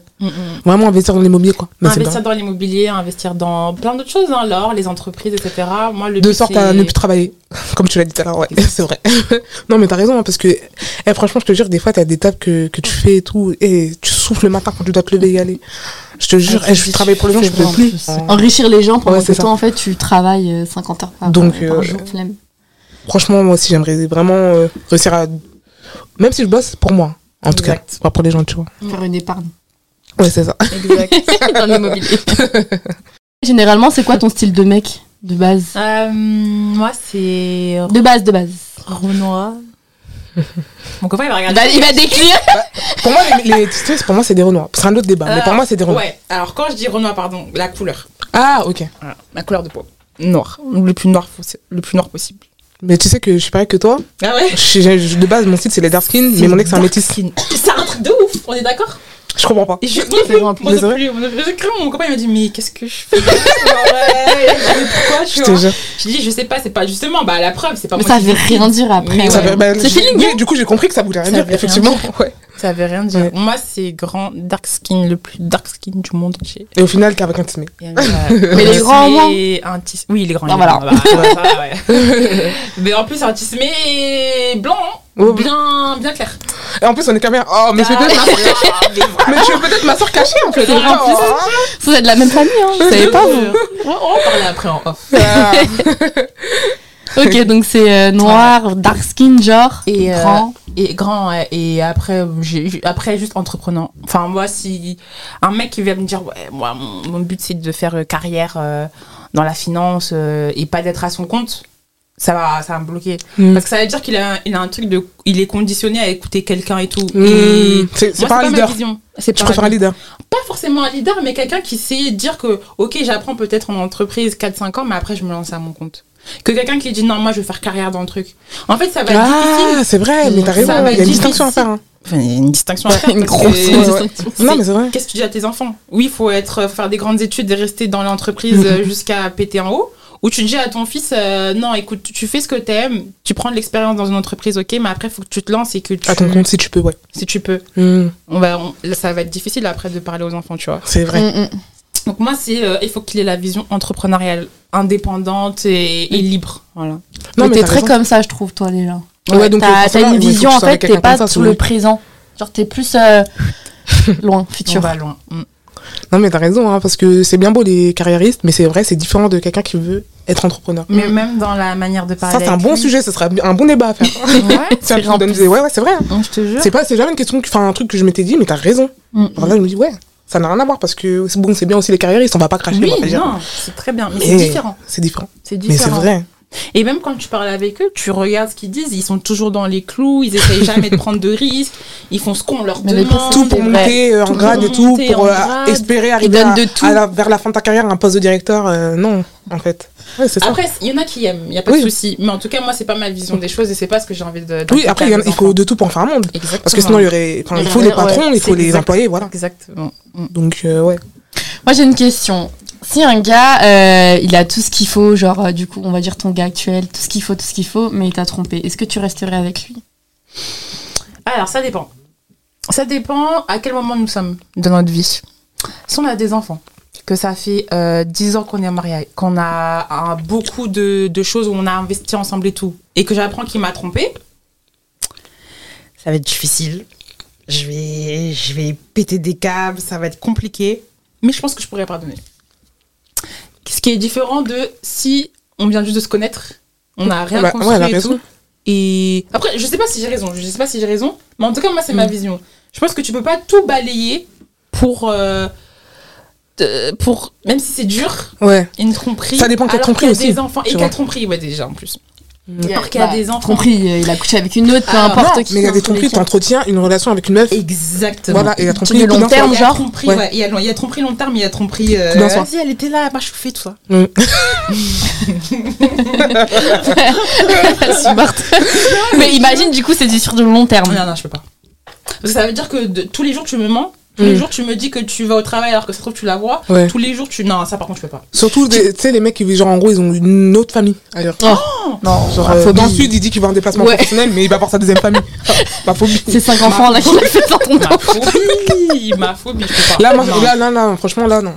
Vraiment investir dans l'immobilier, quoi. Mais c'est
investir dans l'immobilier, investir dans plein d'autres choses, hein, l'or, les entreprises, etc. Moi, le
De
but,
sorte
c'est-
à ne plus travailler, comme tu l'as dit tout à l'heure, ouais, c'est vrai. non, mais t'as raison, hein, parce que, eh, franchement, je te jure, des fois, t'as des tables que, que tu fais et tout, et tu souffles le matin quand tu dois te lever et y aller. Je te jure, eh, je travaille pour les gens, je
Ah,
peux
C'est vrai, en
plus. Ah,
plus. Enrichir les gens pendant
Ouais, c'est
que
ça.
toi, en fait, tu travailles euh, 50 heures par,
Donc,
par
euh,
jour. flemme.
Franchement, moi aussi, j'aimerais vraiment euh, réussir à. Même si je bosse, pour moi, en tout
Exact.
cas, pas pour les gens, tu vois.
Faire une épargne
Ouais, c'est ça.
Exact.
dans l'immobilier. Généralement, c'est quoi ton style de mec de base
Euh, moi, c'est
De base, de base.
Renoir. Mon copain, il va
Il
regarder.
va, il va décrire.
Pour moi, les, les petites tristes, pour moi, c'est des renois. C'est un autre débat, mais pour moi, c'est des renois.
Ouais, alors quand je dis Renoir, pardon, la couleur.
Ah, ok.
Voilà, ma couleur de peau.
Noir. Le plus noir, possi- le plus noir possible.
Mais tu sais que je suis pareil que toi.
Ah ouais
Je suis- je- de base, mon site, c'est les dark skin, mais mon ex, c'est un
dark
métis.
skin.
C'est un truc de ouf, on est d'accord
Je comprends pas.
Et je moi non
C'est
plus,
vrai, en
moi
plus,
c'est
non
vrai.
plus, moi non plus. J'ai cru, mon copain, il m'a dit, mais qu'est-ce que je fais Genre, ouais, mais pourquoi
Je
tu
te
vois
jure.
Je dis, je sais pas, c'est pas justement, bah la preuve, c'est pas
Mais
moi
ça
qui
veut
décide.
rien dire après.
Mais
Ça
ouais.
veut- bah,
C'est
je-
feeling.
oui, du coup, j'ai compris que ça voulait rien
Ça
dire,
veut rien
effectivement. Ouais.
Ça veut rien
Ouais.
dire. Moi, c'est grand dark skin, le plus dark skin du monde entier.
Et au final, t'es avec un tismé.
Et, euh, Mais
les grands, au moins.
un tis- Oui, les grands.
Ah,
les grands,
voilà.
bah, bah, bah, ouais. mais en plus, un tismé blanc, hein.
Oh,
bien, bien clair.
Et en plus, on est quand même. Oh, mais tu es
Ah,
peut-être ma,
mais voilà.
mais tu es peut-être ma soeur cachée, en fait.
C'est vrai, en plus.
Oh,
Vous êtes de la même famille, hein. Vous savez pas, vous.
On va en parler après en off.
ah.
Ok, donc c'est euh, noir, dark skin, genre.
Et, euh,
grand.
Et grand, ouais. et après, j'ai- j'ai- après juste entreprenant. Enfin, moi, si un mec qui vient me dire, ouais, moi, mon, mon but c'est de faire euh, carrière euh, dans la finance euh, et pas d'être à son compte, ça va, ça va me bloquer.
Mm.
Parce que ça veut dire qu'il a, il a un truc de. Il est conditionné à écouter quelqu'un et tout. Et
Mm. C'est c'est
moi,
pas un
ma
leader.
vision. C'est
Je
pas ma
préfère un leader.
pas forcément un leader, mais quelqu'un qui sait dire que, ok, j'apprends peut-être en entreprise 4-5 ans, mais après, je me lance à mon compte. Que quelqu'un qui dit, non, moi, je veux faire carrière dans le truc. En fait, ça va être difficile.
Ah, c'est vrai, mais t'as
Ça
raison.
va
Il y a
être
une distinction à
difficile.
faire. hein.
Enfin, il y a une distinction à faire.
Une
parce
grosse
que-
Ouais, ouais.
C'est- euh,
Non, mais c'est vrai.
Qu'est-ce que tu dis à tes enfants Oui, il faut être, faut faire des grandes études et rester dans l'entreprise euh, jusqu'à péter en haut. Ou tu dis à ton fils, euh, non, écoute, tu- tu fais ce que t'aimes, tu prends de l'expérience dans une entreprise, ok, mais après, faut que tu te lances et que tu,
À ton compte, si tu peux, ouais.
si tu peux.
Mm,
On va, on- là, ça va être difficile après de parler aux enfants, tu vois.
C'est vrai.
Mm, mm.
Donc moi, c'est euh, il faut qu'il ait la vision entrepreneuriale, indépendante et, et libre. Voilà.
Non,
mais
mais
t'es
t'as
très
raison.
comme ça, je trouve, toi, déjà.
Ouais, donc,
t'as
forcément,
t'as
ouais,
une
faut que
vision,
tu
en
sois
fait,
avec
t'es
quelqu'un
pas
comme ça,
sur le
sinon-
présent. Genre, t'es plus euh, loin,
On
futur.
bah,
va loin. Mm.
Non, mais t'as raison, hein, parce que c'est bien beau les carriéristes, mais c'est vrai, c'est différent de quelqu'un qui veut être entrepreneur.
Mais même dans la manière de parler.
Ça, c'est un
avec
bon
lui.
sujet, ce serait un bon débat à faire.
Ouais,
Ça me
vrai, en
donne-
plus.
Ouais, ouais, c'est vrai. hein.
je te jure.
C'est pas, c'est jamais une question, que- enfin, un truc que je m'étais dit, mais t'as raison.
Mm, mm.
Alors là, je me dis, ouais, ça n'a rien à voir, parce que c'est bon, c'est bien aussi les carriéristes, on va pas cracher.
Oui,
on va pas dire.
non, c'est très bien. Mais
Et
c'est différent.
C'est différent.
C'est
Mais c'est
différent.
vrai.
Et même quand tu parles avec eux, tu regardes ce qu'ils disent. Ils sont toujours dans les clous. Ils essayent jamais de prendre de risques. Ils font ce qu'on leur
Mais les
demande.
personnes-
Tout pour
c'est vrai.
monter euh, en
Tout pour
grade et tout,
monter
pour
en
euh,
grade.
espérer arriver
donnent
à-
de tout.
à la- vers la fin de ta carrière un poste de directeur. euh, non, en fait. Ouais, c'est ça.
Après, il y en a qui aiment. Il y a pas
Oui.
de souci. Mais en tout cas, moi, c'est pas ma vision des choses et c'est pas ce que j'ai envie de.
Oui, après, il y en a- il faut de
deux.
tout pour en faire un monde.
Exactement.
Parce que sinon, il y aurait. enfin,
Il y
il faut
aurait-
les patrons,
ouais,
il faut
c'est
les
exact.
employés, voilà.
Exactement. Mm.
Donc, euh, ouais.
Moi, j'ai une question. Si un gars, euh, il a tout ce qu'il faut, genre, euh, du coup, on va dire ton gars actuel, tout ce qu'il faut, tout ce qu'il faut, mais il t'a trompé, est-ce que tu resterais avec lui
Alors, ça dépend. Ça dépend à quel moment nous sommes de notre vie. Si on a des enfants, que ça fait euh, 10 ans qu'on est mariés, qu'on a un- beaucoup de, de choses où on a investi ensemble et tout, et que j'apprends qu'il m'a trompé, ça va être difficile. Je vais, je vais péter des câbles, ça va être compliqué. Mais je pense que je pourrais pardonner. Ce qui est différent de si on vient juste de se connaître, on n'a rien
Bah,
construit
ouais, elle a
et
raison.
tout. Et après, je sais pas si j'ai raison, je sais pas si j'ai raison, mais en tout cas, moi, c'est ma
Mm.
vision. Je pense que tu peux pas tout balayer pour. euh, te- pour même si c'est dur,
Ouais.
une tromperie.
Ça dépend quelle
alors
tromperie
qu'il y a
aussi,
Des enfants,
tu
et
vois.
quelle tromperie, ouais, déjà, en plus.
Il y a-
Parce qu'il y a
bah,
des enfants.
Compris, euh, il a couché avec une autre, peu
Ah,
importe qui.
Mais il y a
dans
des
tous les
tromperies,
cas.
t'entretiens une relation avec une meuf.
Exactement.
Voilà, et la
de
tromperie,
long
non,
terme.
Il y a
genre.
tromperie,
Ouais.
ouais, Il y a, il y a tromperie long terme, il y a tromperie. euh,
Tout d'un soir.
Vas-y, elle était là, elle m'a chauffé, tout ça.
C'est Marthe. Mais imagine, du coup, c'est du sur du long terme.
Non, non, je peux pas. Parce que ça veut dire que de- tous les jours tu me mens, tous les
Mm.
jours tu me dis que tu vas au travail alors que ça se trouve tu la vois,
Ouais.
tous les jours tu. Non, ça par contre je peux pas.
Surtout, des- tu sais, les mecs qui, genre, en gros, ils ont une autre famille ailleurs.
Non,
Genre,
la
euh,
phobie.
dans le sud, il dit qu'il va en déplacement
Oh. Ouais.
professionnel, mais il va voir sa deuxième famille. Ma phobie.
C'est cinq enfants là qui l'a fait dans
Ah,
ton temps.
Ma phobie, ma phobie, je peux pas.
Là, moi,
Non.
là, là, là, franchement, là, non.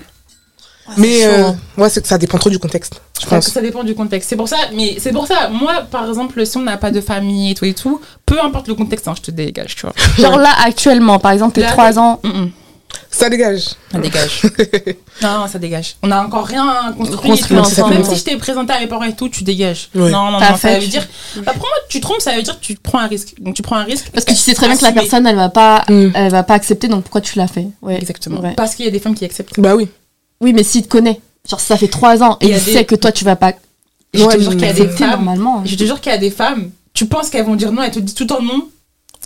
Ah,
mais euh, ouais, c'est que ça dépend trop du contexte, je
Parce que
pense.
ça dépend du contexte. C'est pour ça, mais c'est pour ça, moi par exemple, si on n'a pas de famille et tout et tout, peu importe le contexte, hein, je te dégage, tu vois.
Genre là, actuellement, par exemple, t'es
Là,
3 ans.
Mm, mm,
Ça dégage.
ça dégage. non, ça dégage. On n'a encore rien construit.
Construit
tu vois.
ensemble.
Même si je t'ai présenté à mes parents et tout, tu dégages.
Ouais.
Non, non,
T'as
non, ça
fait.
veut dire. Après, moi, tu trompes, ça veut dire que tu prends un risque. Donc tu prends un risque.
Parce que tu sais très bien que la
Assumer.
personne, elle va pas,
Mm.
elle va pas accepter, donc pourquoi tu l'as fait Ouais.
Exactement.
Ouais.
Parce qu'il y a des femmes qui acceptent.
Bah oui.
Oui, mais s'il te connaît, genre si ça fait 3 ans et
Il y
il
a des-
sait que toi, tu vas pas
Et je
Ouais,
te jure
mais-
qu'il y a des
accepter
femmes.
normalement. hein.
Je te jure qu'il y a des femmes. Tu penses qu'elles vont dire non, elles te disent tout le temps non.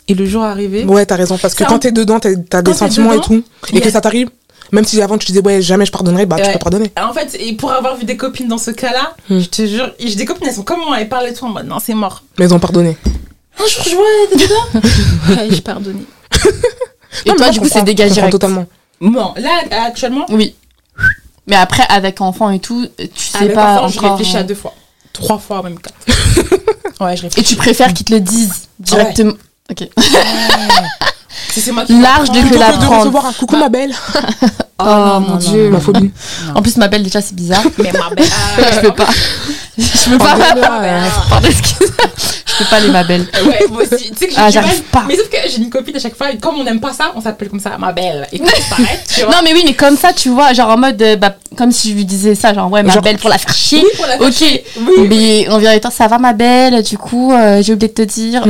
Et le jour arrivé.
Ouais, t'as raison. Parce que
Ça,
quand t'es dedans, t'as t'as des
t'es
sentiments
dedans,
et tout. Et
y a-
que ça t'arrive, même si avant tu disais, ouais, jamais je pardonnerai, bah tu
Ouais.
peux pardonner.
En fait, et pour avoir vu des copines dans ce cas-là,
Hmm.
je te jure, j'ai des copines, elles sont comme moi, elles parlent et tout en mode non, c'est mort.
Mais ils ont pardonné.
Ah,
Un jour, je vois, t'es dedans Ouais, j'ai pardonné.
Et
Non, mais
toi,
moi,
du
je
coup, c'est
comprends.
dégagé.
Je comprends
direct.
totalement.
Bon, là, actuellement,
Oui. Mais après, avec enfant et tout, tu sais
avec
pas
Ah, enfant, je
encore,
réfléchis
euh,
à deux fois. Trois fois, même quatre. ouais, je
Et
réfléchis.
tu préfères qu'ils te le disent directement. Ok.
Si c'est moi qui
Large
l'apprends-
de
Plutôt
la
que de
prendre.
recevoir un coucou, ma belle.
Oh,
Oh,
non,
mon
non,
Dieu.
Ma phobie.
En plus, m'appelle déjà, c'est bizarre.
Mais ma belle.
Ouais, je peux pas. Je peux pas.
Pardonne-la,
ouais.
Pardon, excuse. Je peux pas les ma belle.
Ah, Ouais, moi aussi. Tu sais que j'ai
Ah,
du
j'arrive
mal.
pas.
Mais sauf que j'ai une copine à chaque fois, et comme on n'aime pas ça, on s'appelle comme ça, ma belle. Et quand ça s'arrête, tu vois.
Non mais oui mais comme ça tu vois genre en mode euh, bah, comme si je lui disais ça genre ouais ma
Genre-
belle pour la faire chier
Oui, pour la faire
ok mais en vérité ça va ma belle du coup euh, j'ai oublié de te dire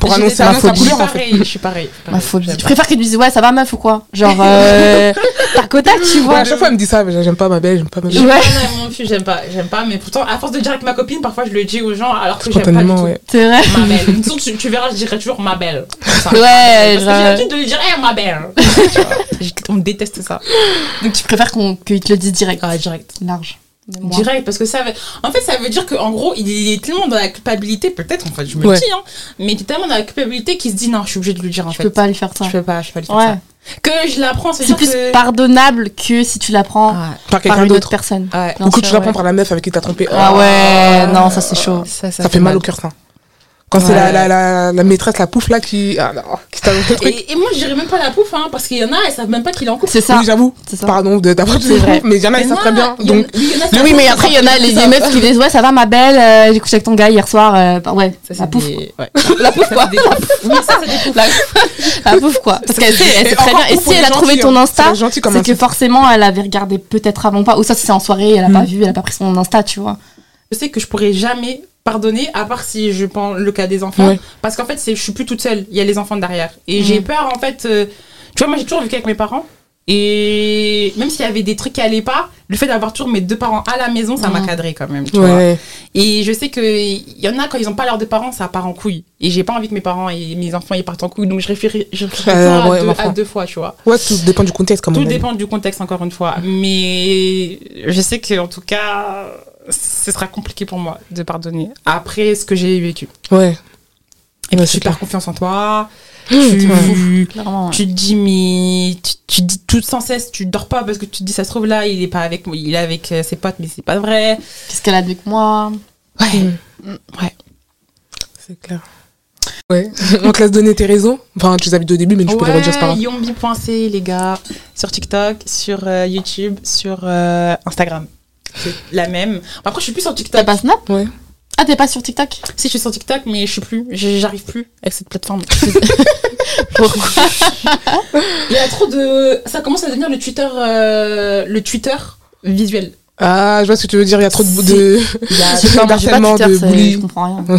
Pour
J'ai
annoncer
des-
ma
annoncer
phobie.
Je suis pareil, je suis pareil.
ma phobie
Mm. J'aime
je préfère qu'elle lui dise ouais ça va meuf ou quoi genre euh, tac au tac tu
Ouais,
vois
à chaque fois, elle me dit ça, mais j'aime pas ma belle, j'aime pas ma
pas.
belle.
Ouais.
Ah non, moi non plus, j'aime pas, j'aime pas, mais pourtant, à force de dire avec ma copine, parfois je le dis aux gens alors que j'aime pas du
Spontanément,
tout.
ouais.
c'est vrai
Ma belle. De toute façon, tu, tu verras, je dirais toujours ma belle. Comme ça.
Ouais,
Parce que j'ai
genre-
l'habitude de lui dire, eh, ma belle. Tu vois. J'ai- On me déteste ça.
euh, donc tu préfères qu'on qu'il te le dise direct
Ah, direct.
large Même moi.
Direct, parce que ça veut... En fait, ça veut dire qu'en gros, il est tellement dans la culpabilité, peut-être, en fait, je me
Ouais.
le dis, hein, mais il est tellement dans la culpabilité qu'il se dit, non, je suis obligée de lui dire, en
je
fait.
peux pas lui faire ça
Je peux pas, je peux pas lui faire
ouais
ça. Que je l'apprends, c'est
c'est
dire
plus
que...
pardonnable que si tu l'apprends
Ah,
Par
par
quelqu'un
une autre
d'autre.
personne
ouais.
Bien
Ou que
sûr,
tu la prends
ouais.
par la meuf avec qui t'as trompé. Oh,
ah ouais non ça c'est chaud
oh, Ça,
Ça fait mal au cœur, ça. Quand c'est la,
Ouais.
la, la, la maîtresse, la pouffe là qui, ah, non, qui t'a lancé le truc.
Et, et moi, je dirais même pas la pouffe, hein, parce qu'il y en a, elles savent même pas qu'il est en couple.
c'est ça
Oui, j'avoue.
c'est ça
Pardon de- d'avoir dit
C'est
le
vrai.
truc, mais il y en a,
Il
ils
y en
savent très bien.
a- il y en a-
Donc,
il y en a, ça
oui,
compte,
mais
ça
après, il y en
compte,
a les,
ça
les meufs qui disent Ouais, ça va, ma belle, euh, j'ai couché avec ton gars hier soir. euh, bah, ouais,
Ça, c'est
la pouffe.
des- ouais. La pouffe, quoi. Oui, ça, c'est des poufs.
La, la pouffe, quoi. Parce qu'elle sait, elle sait
Et
très
encore
bien. Et
pour
si
les
elle a
gentils,
trouvé ton
hein.
Insta,
Ça reste gentil comme
c'est que
insulte.
forcément, elle avait regardé peut-être avant pas. Ou ça, si c'est en soirée, elle a pas
Mm.
vu, elle a pas pris son Insta, tu vois.
Je sais que je pourrais jamais pardonner, à part si je prends le cas des enfants,
Ouais.
parce qu'en fait, c'est- je suis plus toute seule. Il y a les enfants derrière. Et
Mm.
j'ai peur, en fait. euh, tu vois, moi, j'ai toujours vécu avec mes parents. Et même s'il y avait des trucs qui allaient pas, le fait d'avoir toujours mes deux parents à la maison, ça m'a
Mm.
cadré quand même. Tu vois.
ouais.
Et je sais que il y en a quand ils ont pas leurs deux parents, ça part en couille. Et j'ai pas envie que mes parents et mes enfants ils partent en couille, donc je réfléchis, je réfléchis
Euh,
à,
ouais,
deux,
ma foi.
à deux fois, tu vois.
Ouais, tout dépend du contexte, comme
Tout
on a dit.
dépend du contexte encore une fois, mais je sais que en tout cas, ce sera compliqué pour moi de pardonner après ce que j'ai vécu.
Ouais. Ouais,
Et puis
Bah, c'est
tu perds confiance en toi,
Mmh, ouais.
tu,
Clairement.
tu te dis mais tu, tu te dis tout sans cesse, tu dors pas parce que tu te dis ça se trouve là il est pas avec moi, il est avec euh, ses potes mais c'est pas vrai.
Qu'est-ce qu'elle a dit que moi
Ouais.
C'est clair. Ouais. on te laisse donner tes réseaux. Enfin, tu les avais dit au début, mais tu peux les redire, c'est pas
Ouais,
grave.
yombi.c les gars, sur TikTok, sur euh, YouTube, sur euh, Instagram. C'est la même. Après, je suis plus sur
T'as
TikTok.
pas Snap
Ouais.
Ah, t'es pas sur TikTok
Si je suis sur TikTok, mais je suis plus, je- j'arrive plus avec cette plateforme.
Pourquoi
Il y a trop de, ça commence à devenir le Twitter, euh, le Twitter visuel.
Ah, je vois ce que tu veux dire, il y a trop de. de...
Il y a-
C'est pas
J'ai pas
harcèlement
Twitter,
de
c'est- je
bully.
comprends rien.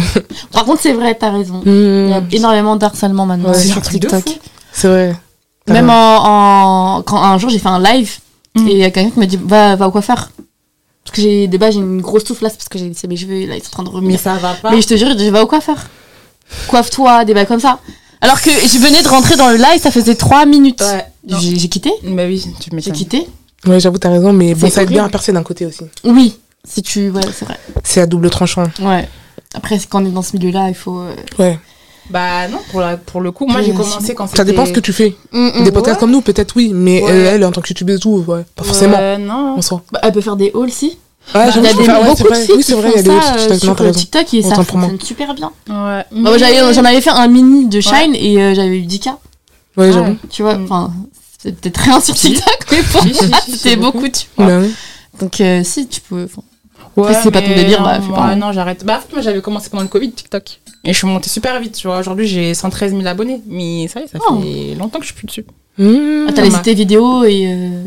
Par contre, c'est vrai, t'as raison. Il y a
Mmh,
énormément d'harcèlement maintenant
Ouais, c'est
sur
un truc de
TikTok.
fou.
c'est vrai. Ah. T'as
Même
raison.
en, en- quand un jour j'ai fait un live
Mm.
et il y a quelqu'un qui m'a dit va va au coiffeur. Parce que j'ai des bas, j'ai une grosse touffe là, c'est parce que j'ai laissé mes cheveux, là, ils sont en train de
Mais
revenir.
ça va pas.
Mais je te jure, je vais au coiffeur. Coiffe-toi, des bails comme ça. Alors que je venais de rentrer dans le live, ça faisait 3 minutes.
Ouais, non.
J'ai j'ai quitté
Bah oui, tu
J'ai
m'étonnes.
quitté
Ouais, j'avoue, t'as raison, mais bon,
C'est
ça aide bien
horrible.
à percer d'un côté aussi.
Oui. Si tu. Ouais, c'est vrai.
C'est à double tranchant.
Ouais. Après, c'est quand on est dans ce milieu-là, il faut. euh,
Ouais.
Bah non, pour, la- pour le coup, moi j'ai
Ouais,
commencé quand c'était.
Ça dépend ce que tu fais.
mm, mm.
Des podcasts comme nous, peut-être oui, mais
Ouais.
euh, elle, en tant que youtubeuse et tout, ouais, pas forcément.
Euh, non.
En soi.
Bah, elle peut faire des hauls aussi.
Ouais,
Bah, Il y a
j'avoue,
des,
c'est vrai,
beaucoup
c'est
de
vrai.
filles
Oui,
qui
c'est vrai,
font
il y a des
ça,
filles qui
euh,
font
sur
t'as
euh,
raison.
TikTok et ça
Autant pour moi.
fonctionne super bien.
Ouais.
Bah, moi, j'avais- J'en avais fait un mini de Shine et euh, j'avais eu 10K.
Ouais, j'avoue.
Tu vois, enfin, c'est peut-être rien sur TikTok, mais pour
Si, si,
moi,
si,
c'était
c'est
beaucoup, tu vois.
Bah oui.
Donc, euh, si, tu peux. enfin,
Ouais,
Après, c'est pas ton
mais
délire, bah,
non,
fais pas.
ouais, non, j'arrête. Bah, en fait, moi, j'avais commencé pendant le Covid, TikTok. Et je suis montée super vite, tu vois. Aujourd'hui, j'ai 113 000 abonnés. Mais ça y est, ça
Oh.
fait longtemps que je suis plus dessus.
Mmh.
Ah, t'as
non,
laissé
bah.
tes vidéos et. euh,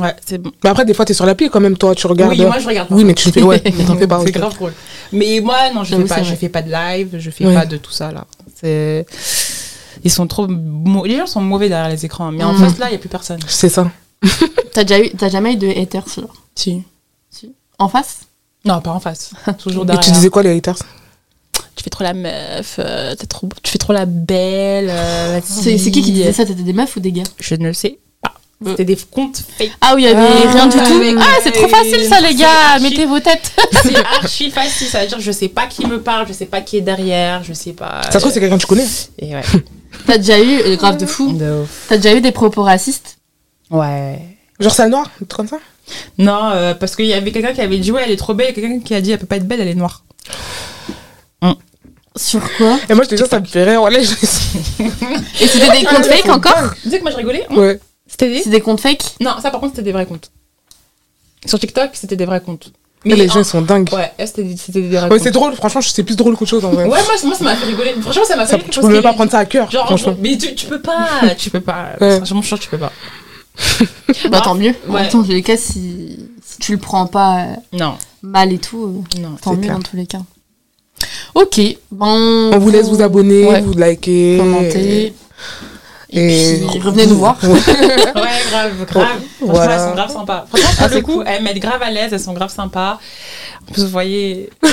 Ouais, c'est bon.
Mais après, des fois, t'es sur l'appli quand même, toi, tu regardes.
Oui, moi, je regarde.
Oui, mais tu le fais, ouais, t'en fais pas.
C'est
ok.
grave drôle. Mais moi, non, je
J'avoue,
fais pas.
c'est
Je
vrai.
fais pas de live, je fais
Ouais.
pas de tout ça, là. C'est. Ils sont trop. mau- Les gens sont mauvais derrière les écrans. hein. Mais en
Mm.
face, là, il n'y a plus personne.
C'est ça.
T'as déjà eu, t'as jamais eu de haters, genre
Si.
En face
Non, pas en face. Toujours
Et
derrière.
tu disais quoi, les haters
Tu fais trop la meuf, euh, t'es trop, tu fais trop la belle. euh,
C'est c'est qui
vas-y.
qui disait ça T'étais des meufs ou des gars
Je ne le sais pas.
Euh.
C'était des comptes fake.
Ah oui, il y avait
Ah,
rien du
avec
tout. Ah, c'est trop
les-
facile ça, les
c'est
gars
archi-
Mettez vos têtes
C'est archi facile, ça veut dire je sais pas qui me parle, je sais pas qui est derrière, je sais pas. euh,
Ça se trouve, c'est quelqu'un que tu connais.
Et ouais.
T'as déjà eu, euh, grave de fou,
De-
t'as déjà eu des propos racistes
Ouais.
Genre sale noir, un truc comme ça
Non, euh, parce qu'il y avait quelqu'un qui avait dit ouais, elle est trop belle, et quelqu'un qui a dit elle peut pas être belle, elle est noire.
Sur quoi
Et moi, je te jure, ça me fait rire. Ouais, je...
Et c'était des comptes fake encore
Tu sais que moi je rigolais hein
ouais.
C'était des.
C'est des comptes fake
Non, ça par contre c'était des vrais comptes. Sur TikTok, c'était des vrais comptes.
Mais les gens,
en-
ils sont dingues.
Ouais, elles, c'était des- c'était des vrais
Ouais,
comptes.
c'est drôle, franchement, c'est plus drôle qu'autre chose en vrai.
Ouais, moi, moi ça m'a fait rigoler. Franchement, ça m'a fait
Ça,
rigoler
tu peux
parce
même
que-
pas prendre ça à cœur,
Genre,
franchement.
mais tu, tu peux pas, tu peux pas.
Ouais.
Franchement, je suis sûre que tu peux pas.
Bah tant mieux. En
Ouais.
même temps, dans tous les cas, si, si tu le prends pas euh,
Non,
mal et tout, euh,
non.
C'est
tant mieux
clair.
dans tous les cas. Ok, bon.
On vous laisse vous abonner,
Ouais.
vous liker,
commenter. Et,
Et-
puis, revenez nous voir.
Ouais, grave, grave. Franchement,
Voilà.
elles sont grave sympas. Franchement, pour
Ah,
le
c'est
coup, elles mettent grave à l'aise, elles sont grave sympas. En plus, vous voyez.
Il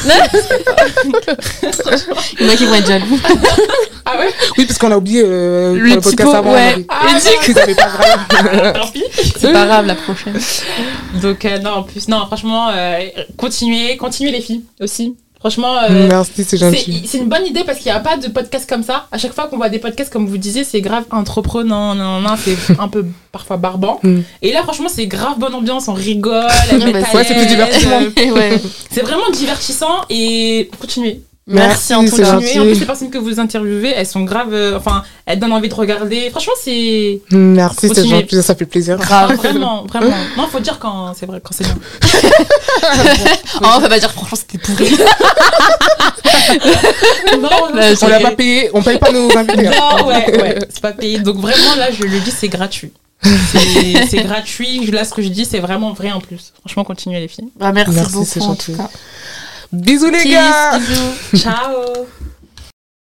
y en a qui vont être jaloux.
Ah ouais
Oui, parce qu'on a oublié euh, pour le
petit
podcast
pot,
avant.
ouais. Ah,
on a-
Ah,
Et dis que ça fait pas grave.
Tant pis.
C'est pas grave, la prochaine.
Donc, euh, non, en plus, non, franchement, euh, continuez, continuez les filles aussi. Franchement, euh,
Merci, Mm, c'est gentil.
c'est c'est une bonne idée parce qu'il n'y a pas de podcast comme ça. À chaque fois qu'on voit des podcasts, comme vous disiez, c'est grave entreprenant, non, non, non, c'est un peu parfois barbant.
Mm.
Et là, franchement, c'est grave bonne ambiance, on rigole.
Ouais,
elles
bah,
mettent à
c'est- ouais, c'est
plus
l'aise,
divertissant.
euh,
ouais.
C'est vraiment divertissant et continuez.
Merci, Antoine.
c'est
Continuez. En plus, les
gentil.
personnes que vous interviewez, elles sont graves, euh, enfin, elles donnent envie de regarder. Franchement, c'est
Merci, c'est
Continuez.
gentil, ça fait plaisir.
enfin,
Grave.
vraiment, vraiment. Non, faut dire quand c'est vrai, quand c'est bien.
Oh, on va pas dire franchement, c'était pourri.
Non,
Là,
On
c'est-
l'a pas payé, on paye pas nos invités. hein.
Non, ouais, ouais, c'est pas payé. Donc vraiment, là, je le dis, c'est gratuit. C'est c'est gratuit. Là, ce que je dis, c'est vraiment vrai en plus. Franchement, continuez les filles.
Bah, merci,
Merci, c'est
beaucoup en
gentil.
tout cas.
Bisous les
Kiss,
gars
bisous.
Ciao.